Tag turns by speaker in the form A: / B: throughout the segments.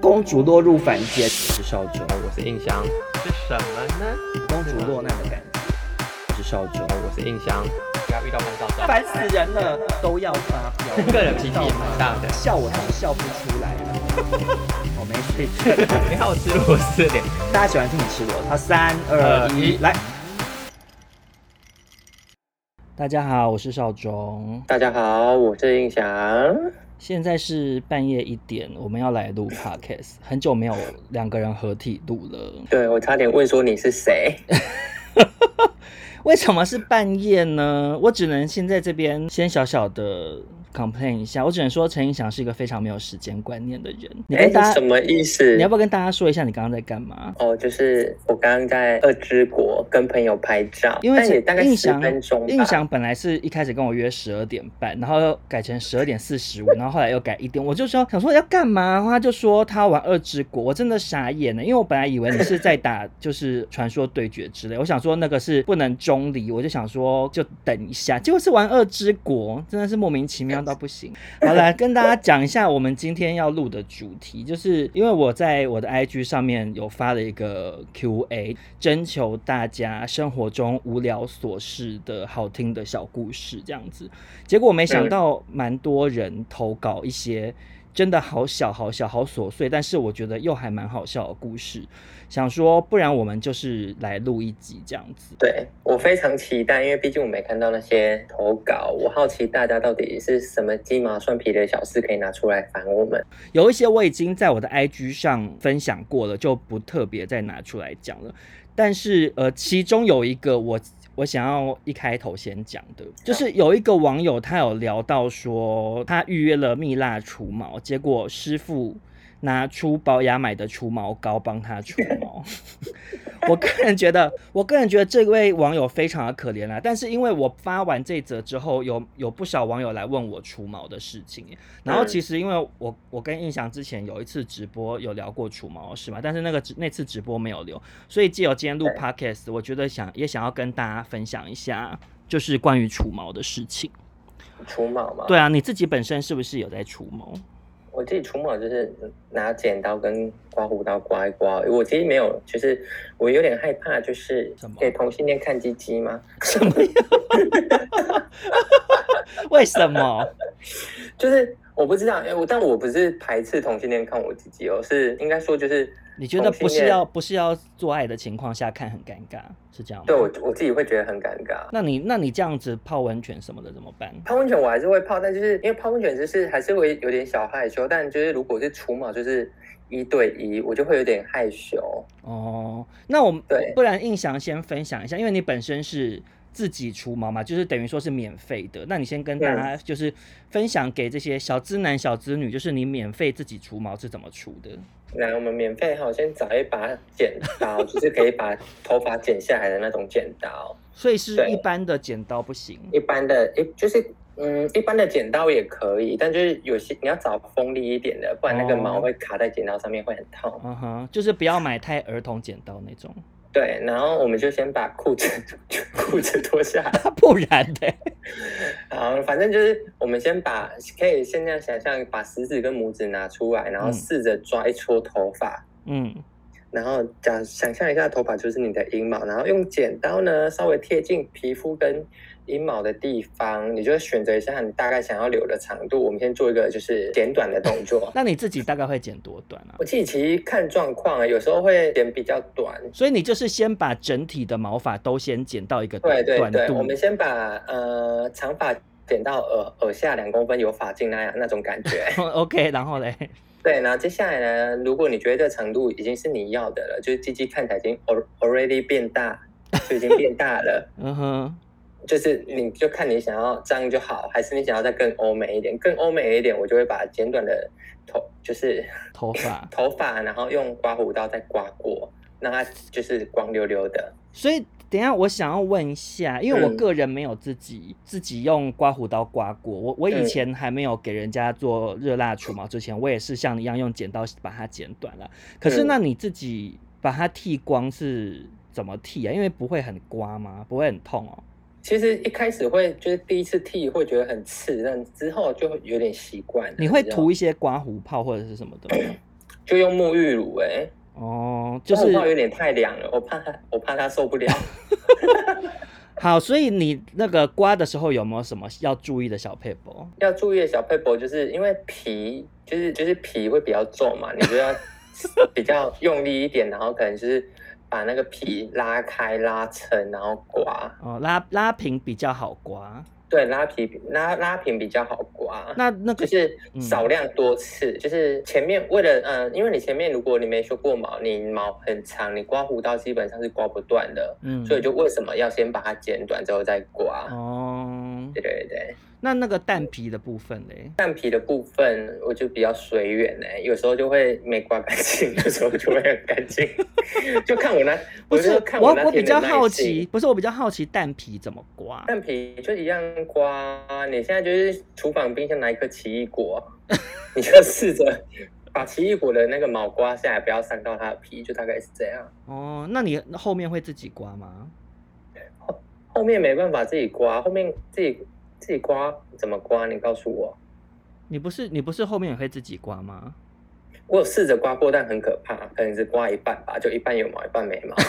A: 公主落入凡间，我是少主，
B: 我是印象，是什么呢？
A: 公主落难的感觉，我是少主，
B: 我是印象，不要遇到潘少少，
A: 烦死人了，都要发飙，
B: 个人脾气也蛮大的。
A: 笑我都笑不出来了。我没事，
B: 你好吃螺丝脸，
A: 大家喜欢听你吃螺，好，三二
B: 二
A: 呃一
B: 一，
A: 来。大家好，我是少中，
B: 大家好，我是印象。
A: 现在是半夜一点，我们要来录 podcast，很久没有两个人合体录了。
B: 对我差点问说你是谁？
A: 为什么是半夜呢？我只能现在这边先小小的 complain 一下，我只能说陈映翔是一个非常没有时间观念的人。你
B: 哎
A: 跟，大
B: 什
A: 家，
B: 么意思？
A: 你要不要跟大家说一下你刚刚在干嘛？
B: 哦，就是我刚刚在二之国跟朋友拍照，
A: 因为
B: 但也大概
A: 印
B: 十
A: 象
B: 分钟吧。
A: 印象本来是一开始跟我约十二点半，然后又改成十二点四十五，然后后来又改一点，我就说想说要干嘛，然后他就说他要玩二之国，我真的傻眼了，因为我本来以为你是 在打就是传说对决之类，我想说那个是不能中离，我就想说就等一下，结果是玩二之国，真的是莫名其妙到不行。好啦，跟大家讲一下我们今天要录的主题，就是因为我在我的 IG 上面有发了一个 Q&A，征求大家生活中无聊琐事的好听的小故事这样子。结果没想到蛮多人投稿一些真的好小好小好琐碎，但是我觉得又还蛮好笑的故事。想说，不然我们就是来录一集这样子。
C: 对我非常期待，因为毕竟我没看到那些投稿，我好奇大家到底是什么鸡毛蒜皮的小事可以拿出来烦我们。
A: 有一些我已经在我的 IG 上分享过了，就不特别再拿出来讲了。但是呃，其中有一个我我想要一开头先讲的，就是有一个网友他有聊到说，他预约了蜜蜡除毛，结果师傅。拿出保雅买的除毛膏帮他除毛， 我个人觉得，我个人觉得这位网友非常的可怜啊啦。但是因为我发完这则之后，有有不少网友来问我除毛的事情，然后
C: 嗯
A: 其实因为我我跟印象之前有一次直播有聊过除毛的事嘛，但是那个直那次直播没有留，所以借由今天录
C: 对
A: podcast，我觉得想也想要跟大家分享一下，就是关于除毛的事情。
C: 除毛嘛，
A: 对，啊，你自己本身是不是有在除毛？
C: 我自己除毛就是拿剪刀跟刮胡刀刮一刮。我其实没有，就是我有点害怕，就是
A: 什么
C: 给同性恋看鸡鸡吗？
A: 为什么？
C: 就是我不知道，哎，我但我不是排斥同性恋看我自己哦，是应该说就是
A: 你觉得
C: 同性
A: 不是
C: 恋
A: 要不是要做爱的情况下看很尴尬，是这样吗？
C: 对我我自己会觉得很尴尬。
A: 那你那你这样子泡温泉什么的怎么办？
C: 泡温泉我还是会泡，但就是因为泡温泉就是还是会有点小害羞，但就是如果是除毛就是一对一，我就会有点害羞。
A: 哦，那我们
C: 对
A: 不然印象先分享一下，因为你本身是自己除毛嘛，就是等于说是免费的。那你先跟大
C: 嗯
A: 家就是分享给这些小资男、小资女，就是你免费自己除毛是怎么除的。
C: 来，我们免费哈，先找一把剪刀，就是可以把头发剪下来的那种剪刀。
A: 所以是
C: 对
A: 一般的剪刀不行
C: 一般的，一就是嗯，一般的剪刀也可以，但就是有些你要找锋利一点的，不然那个
A: 哦
C: 毛会卡在剪刀上面会很痛。
A: 嗯哼就是不要买太儿童剪刀那 种，
C: 对，然后我们就先把裤子 裤子脱下来。
A: 不然的。
C: 好，反正就是我们先把 可以现在想象把食指跟拇指拿出来，然后
A: 嗯
C: 试着抓一撮头发，
A: 嗯，。
C: 然后假想象一下头发就是你的阴毛，然后用剪刀呢稍微贴近皮肤跟阴毛的地方，你就选择一下你大概想要留的长度。我们先做一个就是剪短的动作
A: 那你自己大概会剪多短啊？
C: 我自己其实看状况啊，有时候会剪比较短，
A: 所以你就是先把整体的毛发都先剪到一个短
C: 对对
A: 短
C: 对，
A: 度，
C: 我们先把呃长发剪到耳耳下两公分有发际那样那种感觉。
A: OK，然后嘞，，
C: 对，然后接下来呢，如果你觉得这长度已经是你要的了，就是鸡鸡看起来已经 al- already 变大，就已经变大了
A: 嗯哼，
C: 就是你就看你想要这样就好，还是你想要再更欧美一点，更欧美一点，我就会把剪短的头，就是。
A: 头发
C: 头发，然后用刮胡刀再刮过，让它就是光溜溜的。
A: 所以等一下我想要问一下，因为我
C: 嗯
A: 个人没有自己、自己用刮胡刀刮过，我我以
C: 嗯
A: 前还没有给人家做热辣除毛之前，我也是像你一样用剪刀把它剪短了。可是
C: 嗯
A: 那你自己把它剃光是怎么剃啊？因为不会很刮吗？不会很痛哦。
C: 其实一开始会就是第一次剃会觉得很刺，但之后就会有点习惯了。
A: 你会
C: 知道
A: 涂一些刮胡泡或者是什么的吗？
C: 就用沐浴乳哎、
A: 哦，就
C: 但我怕有
A: 是
C: 点太凉了，我怕他我怕他受不了。
A: 好，所以你那个刮的时候有没有什么要注意的小配博？
C: 要注意的小佩博就是因为皮就是就是皮会比较重嘛，你就 要比较用力一点，然后可能就是把那个皮拉开拉撑，然后刮。
A: 哦，拉拉平比较好刮。
C: 对，拉皮拉拉平比较好刮。
A: 那那
C: 就
A: 个
C: 是
A: 嗯
C: 少量多次，就是前面为了嗯、因为你前面如果你没修过毛，你毛很长，你刮胡刀基本上是刮不断的，
A: 嗯，
C: 所以就为什么要先把它剪短之后再刮？
A: 哦，
C: 对对对，
A: 那那个蛋皮的部分嘞？
C: 蛋皮的部分我就比较随缘哎，有时候就会没刮干净，有时候就会很干净， 就看我那，
A: 不
C: 我就是看
A: 我
C: 那
A: 我比
C: 天的
A: 较
C: 耐
A: 好
C: 性
A: 奇，不是我比较好奇蛋皮怎么刮？
C: 蛋皮就一样刮，你现在就是厨房冰箱拿一颗奇异果， 你就试着把奇异果的那个毛刮下来，不要伤到它的皮，就大概是这样。
A: 哦，那你后面会自己刮吗？
C: 后面没办法自己刮，后面自己自己刮怎么刮？你告诉我，
A: 你不是你不是后面也会自己刮 吗？
C: 我有试着刮过，但很可怕，可能只刮一半吧，就一半有毛，一半没毛。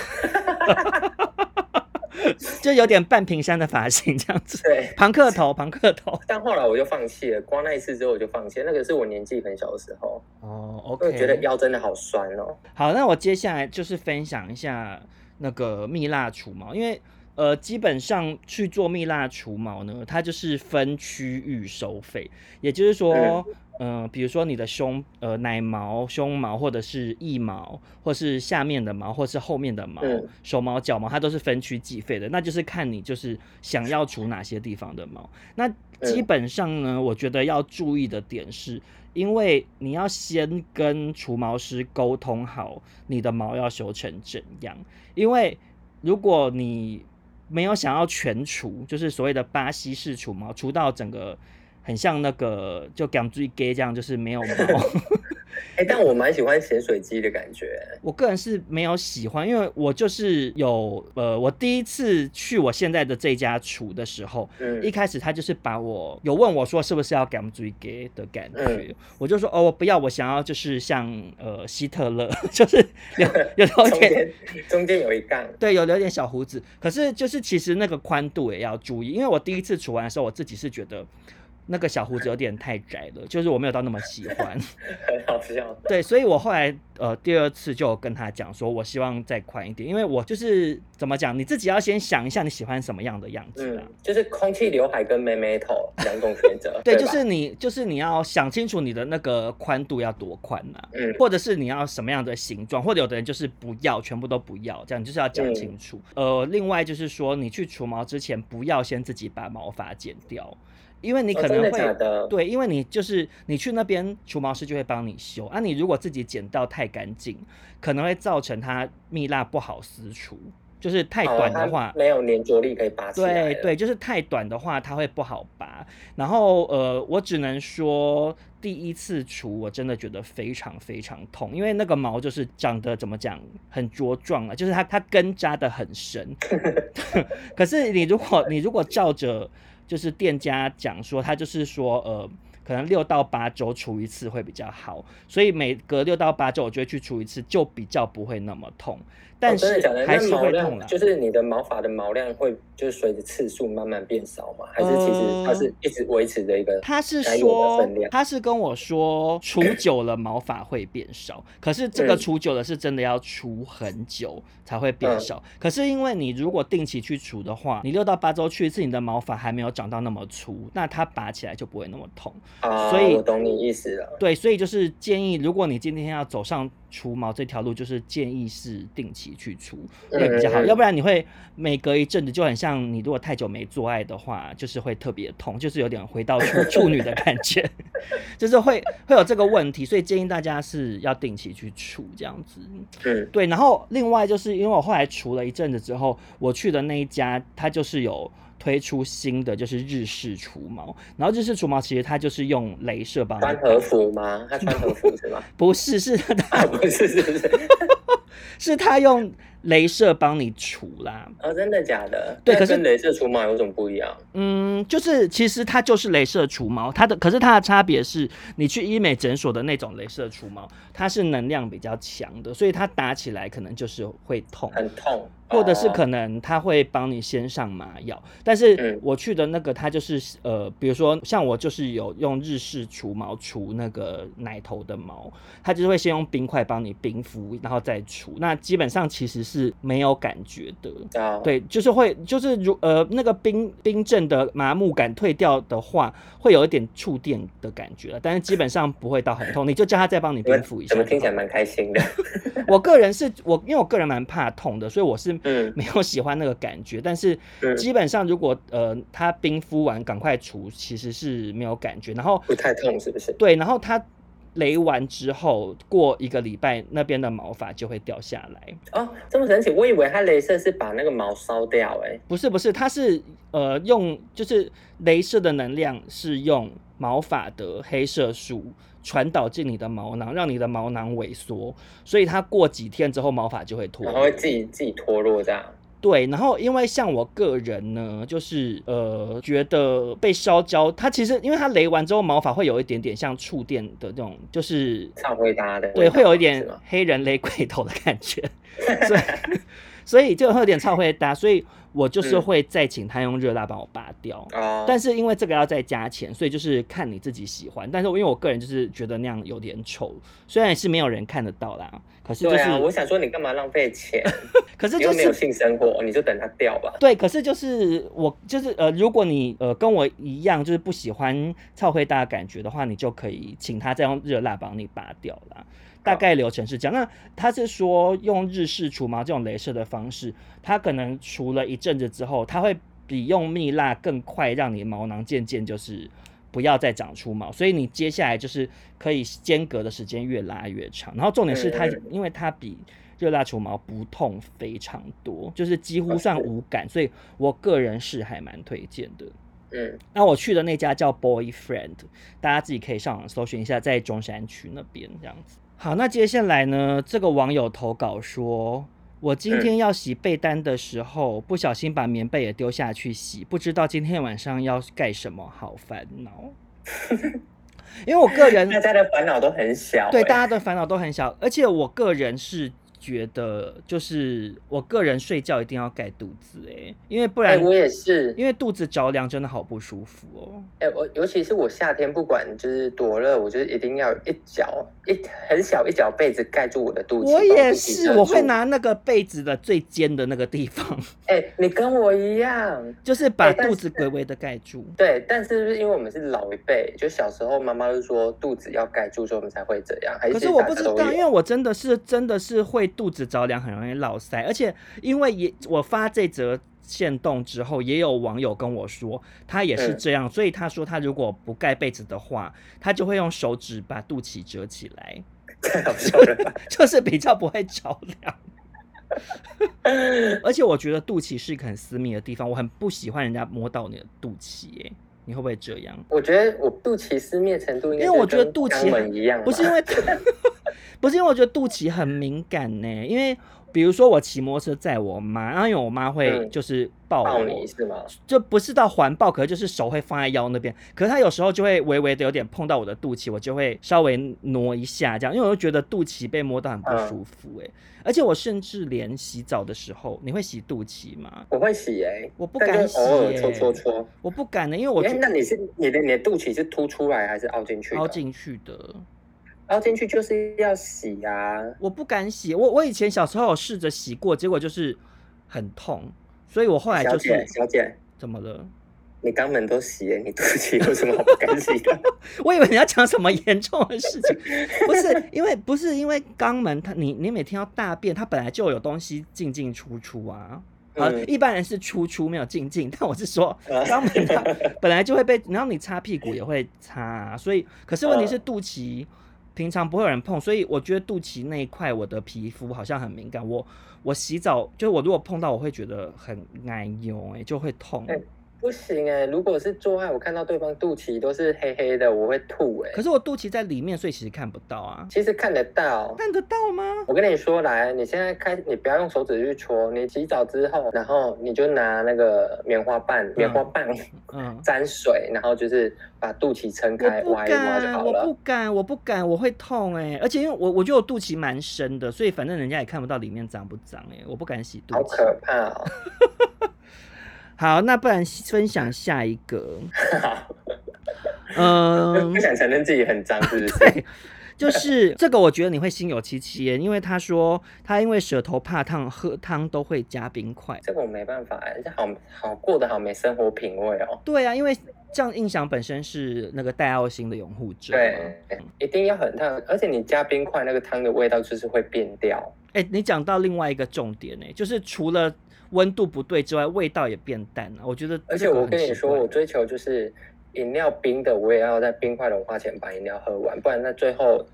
A: 就有点半平山的发型这样 子，
C: 对，
A: 庞克头，庞克头。
C: 但后来我就放弃了，刮那一次之后我就放弃了，那个是我年纪很小的时候，
A: 哦
C: 我
A: ，OK。
C: 觉得腰真的好酸哦。
A: 好，那我接下来就是分享一下那个蜜蜡除毛，因为呃，基本上去做蜜蜡除毛呢，它就是分区域收费，也就是说，嗯、比如说你的胸呃奶毛、胸毛，或者是腋毛，或是下面的毛，或是后面的毛、
C: 嗯
A: 手毛、脚毛，它都是分区计费的，那就是看你就是想要除哪些地方的毛。那基本上呢，我觉得要注意的点是，因为你要先跟除毛师沟通好你的毛要修成怎样，因为如果你没有想要全除，就是所谓的巴西式除毛，除到整个很像那个就 gam 最 gay 这样，就是没有毛。
C: 哎，但我蛮喜欢咸水鸡的感觉，
A: 我个人是没有喜欢，因为我就是有呃，我第一次去我现在的这家除的时候，
C: 嗯
A: 一，开始他就是把我有问我说是不是要 gam 追 gay 的感觉，
C: 嗯
A: 我就说哦我不要，我想要就是像呃希特勒， 就是 有有留
C: 中
A: 点
C: 间中间有一杠，
A: 对，有留点小胡子，可是就是其实那个宽度也要注意，因为我第一次除完的时候，我自己是觉得那个小胡子有点太窄了，就是我没有到那么喜欢。
C: 很好笑。
A: 对，所以我后来呃第二次就有跟他讲说，我希望再宽一点，因为我就是怎么讲，你自己要先想一下你喜欢什么样的样子啊啦。。
C: 嗯，就是空气刘海跟妹妹头两种选择
A: 对，
C: 吧
A: 就是你，就是你要想清楚你的那个宽度要多宽呐、
C: 嗯
A: 或者是你要什么样的形状，或者有的人就是不要，全部都不要，这样你就是要讲
C: 嗯
A: 清楚。呃，另外就是说，你去除毛之前，不要先自己把毛发剪掉，因为你
C: 哦
A: 可能
C: 真的
A: 会、
C: 假的
A: 对，因为你就是你去那边除毛师就会帮你修啊，你如果自己剪到太干净，可能会造成它蜜蜡不好撕除，就是太
C: 好啊
A: 短的
C: 它
A: 话，
C: 没有粘着力可以拔起来
A: 对
C: 了。哦
A: 对，就是太短的话，它会不好拔。然后呃，我只能说第一次除我真的觉得非常非常痛，因为那个毛就是长得怎么讲，很茁壮啊，就是它它根扎得很 深。可是你如果你如果照着就是店家讲说，他就是说呃。可能六到八周除一次会比较好，所以每隔六到八周我就会去除一次，就比较不会那么痛，但
C: 哦真
A: 是
C: 的假的？
A: 还
C: 那
A: 是
C: 毛
A: 会痛啦
C: 量。就是你的毛发的毛量会就是随着次数慢慢变少吗？还是其实
A: 呃
C: 它是一直维持着一个？
A: 他是
C: 该有的
A: 说
C: 分，量
A: 他是跟我 说，除久了毛发会变少，可是这个
C: 嗯
A: 除久了是真的要除很久才会变
C: 嗯
A: 少。可是因为你如果定期去除的话，你六到八周去一次，你的毛发还没有长到那么粗，那它拔起来就不会那么痛。
C: 啊，
A: 所以
C: 我懂你意思了。
A: 对，所以就是建议，如果你今天要走上除毛这条路，就是建议是定期去除会比较好，
C: 嗯嗯嗯
A: 要不然你会每隔一阵子就很像你如果太久没做爱的话，就是会特别痛，就是有点回到处处女的感觉， 就是会会有这个问题，所以建议大家是要定期去除这样子。
C: 嗯，
A: 对，然后另外就是因为我后来除了一阵子之后，我去的那一家，它就是有推出新的就是日式除毛，然后日式除毛其实它就是用镭射帮你
C: 穿和服 吗？他穿和服是吗？哦
A: 不是，是他
C: 啊，不是，是不是？
A: 是他用镭射帮你除啦。
C: 哦，真的假的？
A: 对
C: 那
A: 可是
C: 跟镭射除毛有什么不一样？
A: 嗯，就是其实它就是镭射除毛，它的可是它的差别是，你去医美诊所的那种镭射除毛，它是能量比较强的，所以它打起来可能就是会痛。
C: 很痛，
A: 或者是
C: 哦
A: 可能他会帮你先上麻药，但
C: 嗯
A: 是我去的那个他就是呃，比如说像我就是有用日式除毛除那个奶头的毛，他就是会先用冰块帮你冰敷，然后再除。那基本上其实是没有感觉的，
C: 啊，
A: 对，就是会就是如呃那个冰冰镇的麻木感退掉的话，会有一点触电的感觉了，但是基本上不会到很 痛，你就叫他再帮你
C: 怎么
A: 冰敷一下就好
C: 怎么
A: 了。
C: 听起来蛮开心的？
A: 我个人是我，因为我个人蛮怕痛的，所以我是
C: 嗯
A: 没有喜欢那个感觉。但是
C: 嗯
A: 基本上，如果呃它冰敷完赶快除，其实是没有感觉。然后
C: 不太痛是不是？
A: 对，然后它雷完之后，过一个礼拜那边的毛发就会掉下来。
C: 哦，这么神奇，我以为它镭射是把那个毛烧掉、欸，
A: 不是不是，它是呃用就是镭射的能量是用毛发的黑色素传导进你的毛囊，让你的毛囊萎缩，所以它过几天之后毛发就会脱
C: 然
A: 落。
C: 后会自己自己脱落这样。
A: 对，然后因为像我个人呢，就是呃，觉得被烧焦，它其实因为它雷完之后毛发会有一点点像触电的那种，就是
C: 忏悔他的味
A: 对，
C: 道
A: 会有一
C: 是
A: 点
C: 吗
A: 黑人雷鬼头的感 觉，所以所以就会有点超会搭，所以我就是
C: 嗯
A: 会再请他用热蜡帮我拔掉。
C: 哦，
A: 但是因为这个要再加钱，所以就是看你自己喜欢。但是我因为我个人就是觉得那样有点丑，虽然是没有人看得到啦，可是就
C: 对
A: 是，
C: 啊，我想说你干嘛浪费 钱？
A: 可是
C: 你
A: 就
C: 又没有
A: 是
C: 性生活，你就等它掉吧。
A: 对，可是就是我就是呃，如果你呃跟我一样就是不喜欢超会大的感觉的话，你就可以请他再用热蜡帮你拔掉啦。大概流程是这样。那他是说用日式除毛这种镭射的方式，它可能除了一阵子之后，它会比用蜜蜡更快让你毛囊渐渐就是不要再长出毛，所以你接下来就是可以间隔的时间越拉越长。然后重点是它
C: 嗯嗯，
A: 因为它比热蜡除毛不痛非常多，就是几乎算无感，所以我个人是还蛮推荐的。
C: 嗯，
A: 那我去的那家叫 Boyfriend，大家自己可以上网搜寻一下，在中山区那边这样子。好，那接下来呢，这个网友投稿说。我今天要洗被单的时候，不小心把棉被也丢下去洗，不知道今天晚上要盖什么，好烦恼。因为我个人
C: 大家的烦恼都很小、欸。
A: 嗯 对，大家的烦恼都很小，而且我个人是觉得，就是我个人睡觉一定要盖肚子、欸，因为不
C: 哎、
A: 然、
C: 我也是，
A: 因为肚子着凉真的好不舒服哦。
C: 哎、我尤其是我夏天，不管就是多热，我就是一定要有一角一很小一角被子盖住我的肚脐。
A: 我
C: 把
A: 也
C: 肚脐
A: 是，
C: 遮
A: 我会
C: 住。
A: 拿那个被子的最尖的那个地方，
C: 哎、你跟我一样。
A: 就是把
C: 哎但
A: 肚子微微的盖住。
C: 对，但是不是因为我们是老一辈，就小时候妈妈就说肚子要盖住，所以我们才会这样。还
A: 可
C: 是
A: 是我
C: 大
A: 不
C: 家
A: 知
C: 都
A: 道，
C: 有
A: 因为我真的是真的是会肚子着凉，很容易落腮，而且因为也我发这则线动之后，也有网友跟我说他也是
C: 嗯
A: 这样，所以他说他如果不盖被子的话，他就会用手指把肚脐折起来，
C: 太好笑了吧。
A: 就是比较不会着凉。 而且我觉得肚脐是一个很私密的地方，我很不喜欢人家摸到你的肚脐，耶，你会不会这样？
C: 我觉得我肚脐撕灭程度应该
A: 因为我觉
C: 就是
A: 得
C: 跟
A: 肚脐
C: 肛门一样吧，
A: 不是因为， 不是因为我觉得肚脐很敏感呢、因为比如说我骑摩托车载我妈，然后因为我妈会
C: 嗯
A: 就是抱我，
C: 抱你是吗？
A: 就不是到环抱，可能就是手会放在腰那边，可是她有时候就会微微的有点碰到我的肚脐，我就会稍微挪一下这样，因为我就觉得肚脐被摸到很不
C: 嗯
A: 舒服哎、而且我甚至连洗澡的时候，你会洗肚脐吗？
C: 我会洗哎、
A: 我不
C: 但
A: 敢
C: 就偶尔
A: 洗
C: 搓
A: 耶
C: 搓搓。
A: 我不敢呢、因为我
C: 哎，
A: 觉
C: 那你是你的你的肚脐是凸出来还是凹进去的？
A: 凹进去的。
C: 凹进去就是要洗啊。
A: 我不敢洗，我我以前小时候有试着洗过，结果就是很痛，所以我后来
C: 小
A: 就是
C: 姐，小姐，
A: 怎么了？
C: 你肛门都洗了，你肚脐有什么好不敢洗的？
A: 我以为你要讲什么严重的事情， 不是因为不是因为肛门它你你每天要大便，它本来就有东西进进出出啊。 啊，
C: 嗯
A: 一般人是出出没有进进， 但我是说
C: 嗯
A: 肛门它本来就会被，然后你擦屁股也会擦、啊，所以可是问题是
C: 嗯
A: 肚脐平常不会有人碰，所以我觉得肚脐那一块我的皮肤好像很敏感，我我洗澡就是我如果碰到我会觉得很难用，哎，就会痛。
C: 哎不行哎、如果是做爱，我看到对方肚脐都是黑黑的，我会吐哎、
A: 可是我肚脐在里面，所以其实看不到啊。
C: 其实看得到，
A: 看得到吗？
C: 我跟你说，来，你现在开，你不要用手指去戳，你洗澡之后，然后你就拿那个棉花棒，棉花棒
A: 嗯，
C: 沾水，然后就是把肚脐撑开，
A: 我不
C: 挖一挖就
A: 敢，
C: 好
A: 我不
C: 了。
A: 敢，我不敢，我会痛哎、而且因为我我觉得我肚脐蛮深的，所以反正人家也看不到里面脏不脏哎、我不敢洗肚
C: 好
A: 脐。
C: 可怕哦！
A: 好，那不然分享下一 个， 嗯
C: 不。想承认自己很脏，是不是？
A: 对，就是这个，我觉得你会心有戚戚耶，因为他说他因为舌头怕烫，喝汤都会加冰块。
C: 这个我没办法哎、这好好过得好没生活品味哦。
A: 对啊，因为这样印象本身是那个戴奥辛的拥护者嘛。
C: 对，一定要很烫，而且你加冰块，那个汤的味道就是会变掉。
A: 哎、你讲到另外一个重点呢，就是除了温度不对之外，味道也变淡了、我觉得，
C: 而且我跟你说，我，追求就是饮料冰的，我也要在冰块融化前把饮料喝完，不然那最后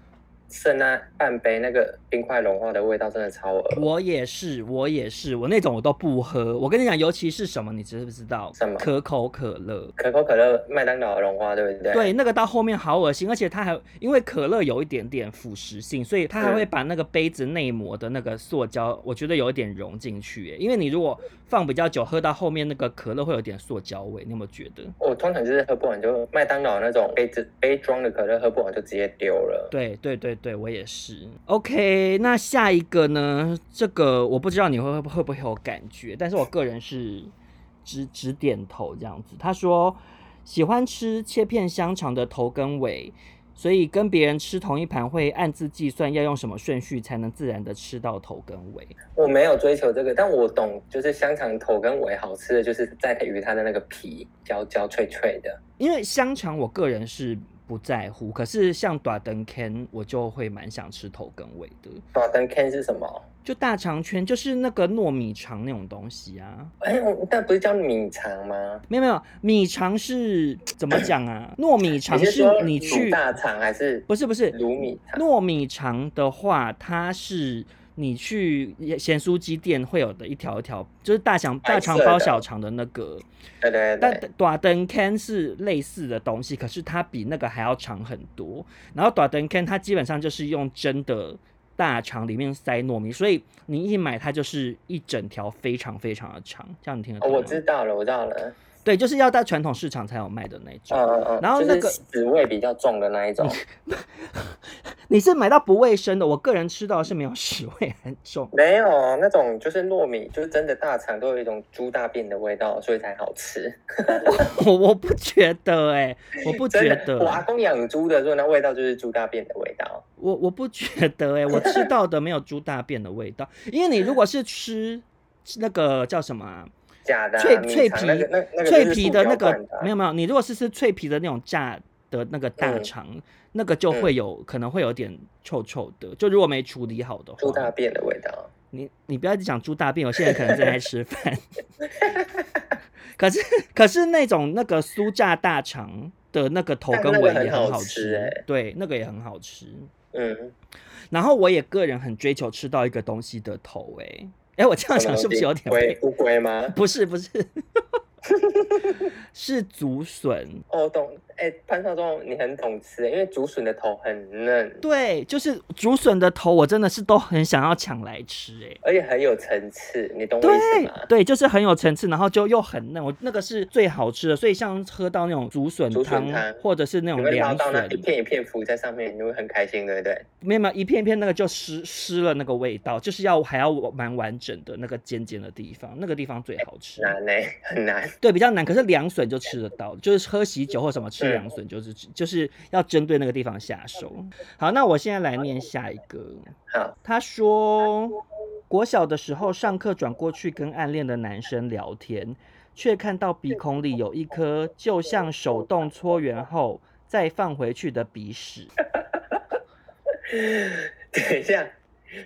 C: 剩那半杯那个冰块融化的味道真的超恶。
A: 我也是，我也是，我那种我都不喝。我跟你讲，尤其是什么，你知不知道？
C: 什么
A: 可口可乐。
C: 可口可乐、麦当劳融化，对不对？
A: 对，，那个到后面好恶心，而且它还因为可乐有一点点腐蚀性，所以它还
C: 嗯
A: 会把那个杯子内膜的那个塑胶，我觉得有一点融进去耶。因为你如果放比较久，喝到后面那个可乐会有点塑胶味，你有没有觉得？
C: 我通常就是喝不完就麦当劳那种杯子杯装的可乐喝不完就直接丢了。
A: 对对对对，我也是。OK，那下一个呢？这个我不知道你会会不会有感觉，但是我个人是直直点头这样子。他说喜欢吃切片香肠的头跟尾，所以跟别人吃同一盘会暗自计算要用什么顺序才能自然的吃到头跟尾。
C: 我没有追求这个，但我懂，就是香肠头跟尾好吃的就是在于它的那个皮焦焦脆脆的。
A: 因为香肠我个人是不在乎，可是像短灯 can 我就会蛮想吃头跟尾的，
C: 短灯 can 是什么？
A: 就大肠圈就是那个糯米肠那种东西啊。
C: 哎，我但不是叫米肠吗？
A: 没有没有，米肠是怎么讲 啊？糯米肠
C: 你是
A: 是
C: 说
A: 你去
C: 卤大肠还是
A: 不是不是
C: 卤米肠
A: 糯米肠的话，它是你去咸酥鸡店会有的一条一条，就是大肠大
C: 白
A: 肠
C: 色
A: 包
C: 的
A: 小肠的那个。
C: 对对
A: 但
C: 对，
A: 短灯 can 是类似的东西，可是它比那个还要长很多。然后短灯 can 它基本上就是用真的大肠里面塞糯米，所以你一买它就是一整条非常非常的长，这样你听得
C: 哦，
A: 懂吗？
C: 我知道了，我知道了，
A: 对，就是要在传统市场才有卖的那种。
C: 嗯嗯嗯，
A: 然后那个嗯
C: 就是死味比较重的那一种，
A: 你是买到不卫生的，我个人吃到的是没有屎味很重。
C: 没有啊那种就是糯米，就是真的大肠都有一种猪大便的味道，所以才好吃。
A: 我我不觉得哎、我不觉
C: 真的，我阿
A: 得，
C: 公养猪的，所以那味道就是猪大便的味道。
A: 我我不觉得哎、我吃到的没有猪大便的味道，因为你如果是吃吃那个叫什么啊、
C: 假的啊、
A: 脆
C: 米
A: 脆
C: 肠
A: 皮、
C: 那个那那个
A: 脆
C: 就是
A: 皮
C: 塑
A: 的
C: 胶
A: 那个
C: 罐的啊
A: 没有没有，你如果是吃脆皮的那种炸的那个大
C: 嗯
A: 肠，那个就会有、可能会有点臭臭的，就如果没处理好的话，
C: 猪大便的味道。啊
A: 你你不要一直讲猪大便，有些人可能正在吃饭。可是可是那种那个酥炸大肠的那个头
C: 但
A: 跟
C: 啊那个
A: 尾
C: 很
A: 也
C: 好
A: 很好
C: 吃
A: 吃，
C: 欸
A: 对，那个也很好吃。
C: 嗯，
A: 然后我也个人很追求吃到一个东西的头、欸，哎我这样
C: 什么
A: 讲是不
C: 东
A: 是
C: 西
A: 有点
C: 龟
A: 被？
C: 乌龟吗？
A: 不是不是， 是竹笋。
C: 哦，懂。哎、潘少忠，你很懂吃，因为竹笋的头很嫩，
A: 对，就是竹笋的头，我真的是都很想要抢来吃、欸，哎。
C: 而且很有层次，你懂我意思
A: 对
C: 吗？
A: 对，就是很有层次，然后就又很嫩，我那个是最好吃的。所以像喝到那种竹笋
C: 竹笋
A: 汤
C: 汤，
A: 或者是那
C: 你
A: 种
C: 会捞
A: 凉
C: 到那
A: 笋
C: 一，片一片浮在上面，你会很开心，对不对？
A: 没有没有一片片那个就湿湿了那个味道，就是要还要蛮完整的那个尖尖的地方，那个地方最好吃。
C: 难呢、很难。
A: 对，比较难，可是凉笋就吃得到，就是喝喜酒或什么吃
C: 嗯
A: 凉笋，就是就是要针对那个地方下手。好，那我现在来念下一个。
C: 好，
A: 他说，国小的时候上课转过去跟暗恋的男生聊天，却看到鼻孔里有一颗就像手动搓圆后再放回去的鼻屎。
C: 等一下，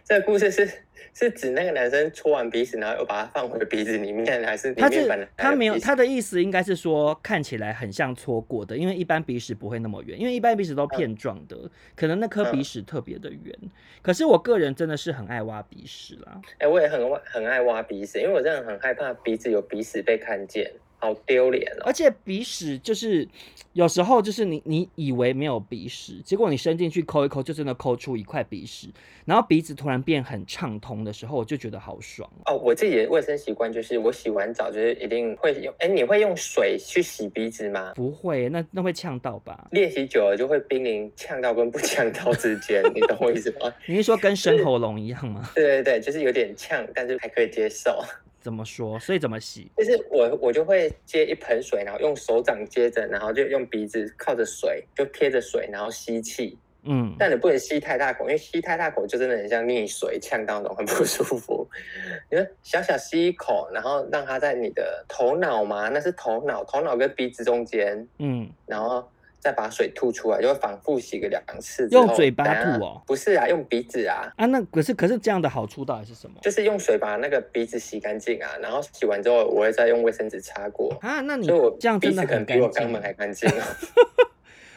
C: 这个故事是是指那个男生戳完鼻屎，然后又把它放回鼻子里面，还是里
A: 他
C: 面本
A: 是
C: 来
A: 他没有
C: 鼻屎
A: 他的意思应该是说看起来很像搓过的，因为一般鼻屎不会那么圆，因为一般鼻屎都片状的，可能那颗鼻
C: 嗯
A: 屎特别的圆。可是我个人真的是很爱挖鼻屎啦，
C: 嗯哎、我也很挖很爱挖鼻屎，因为我真的很害怕鼻子有鼻屎被看见。好丢脸哦
A: 而！且鼻屎就是有时候就是你你以为没有鼻屎，结果你伸进去抠一抠，就真的抠出一块鼻屎，然后鼻子突然变很畅通的时候，我就觉得好爽哦。
C: 哦，我自己的卫生习惯就是，我洗完澡就是一定会用，哎，你会用水去洗鼻子吗？
A: 不会，那那会呛到吧？
C: 练习久了就会濒临呛到跟不呛到之间，你懂我意思吗？
A: 你是说跟生喉咙一样吗？
C: 对对对，就是有点呛，但是还可以接受。
A: 怎么说？所以怎么洗？
C: 就是我我就会接一盆水，然后用手掌接着，然后就用鼻子靠着水，就贴着水，然后吸气。
A: 嗯，
C: 但你不能吸太大口，因为吸太大口就真的很像溺水，呛到那种很不舒服。你说小小吸一口，然后让它在你的头脑嘛，那是头脑，头脑跟鼻子中间，
A: 嗯，
C: 然后再把水吐出来，就会反复洗个两次之后。
A: 用嘴巴
C: 等下
A: 吐哦？
C: 不是啊，用鼻子啊。
A: 啊，那可是可是这样的好处到底是什么？
C: 就是用水把那个鼻子洗干净啊，然后洗完之后，我会再用卫生纸擦过，
A: 啊，那你
C: 所以我
A: 这样
C: 鼻
A: 真
C: 子
A: 的
C: 可
A: 很
C: 能比
A: 干
C: 我肛门还
A: 净。
C: 干净哦。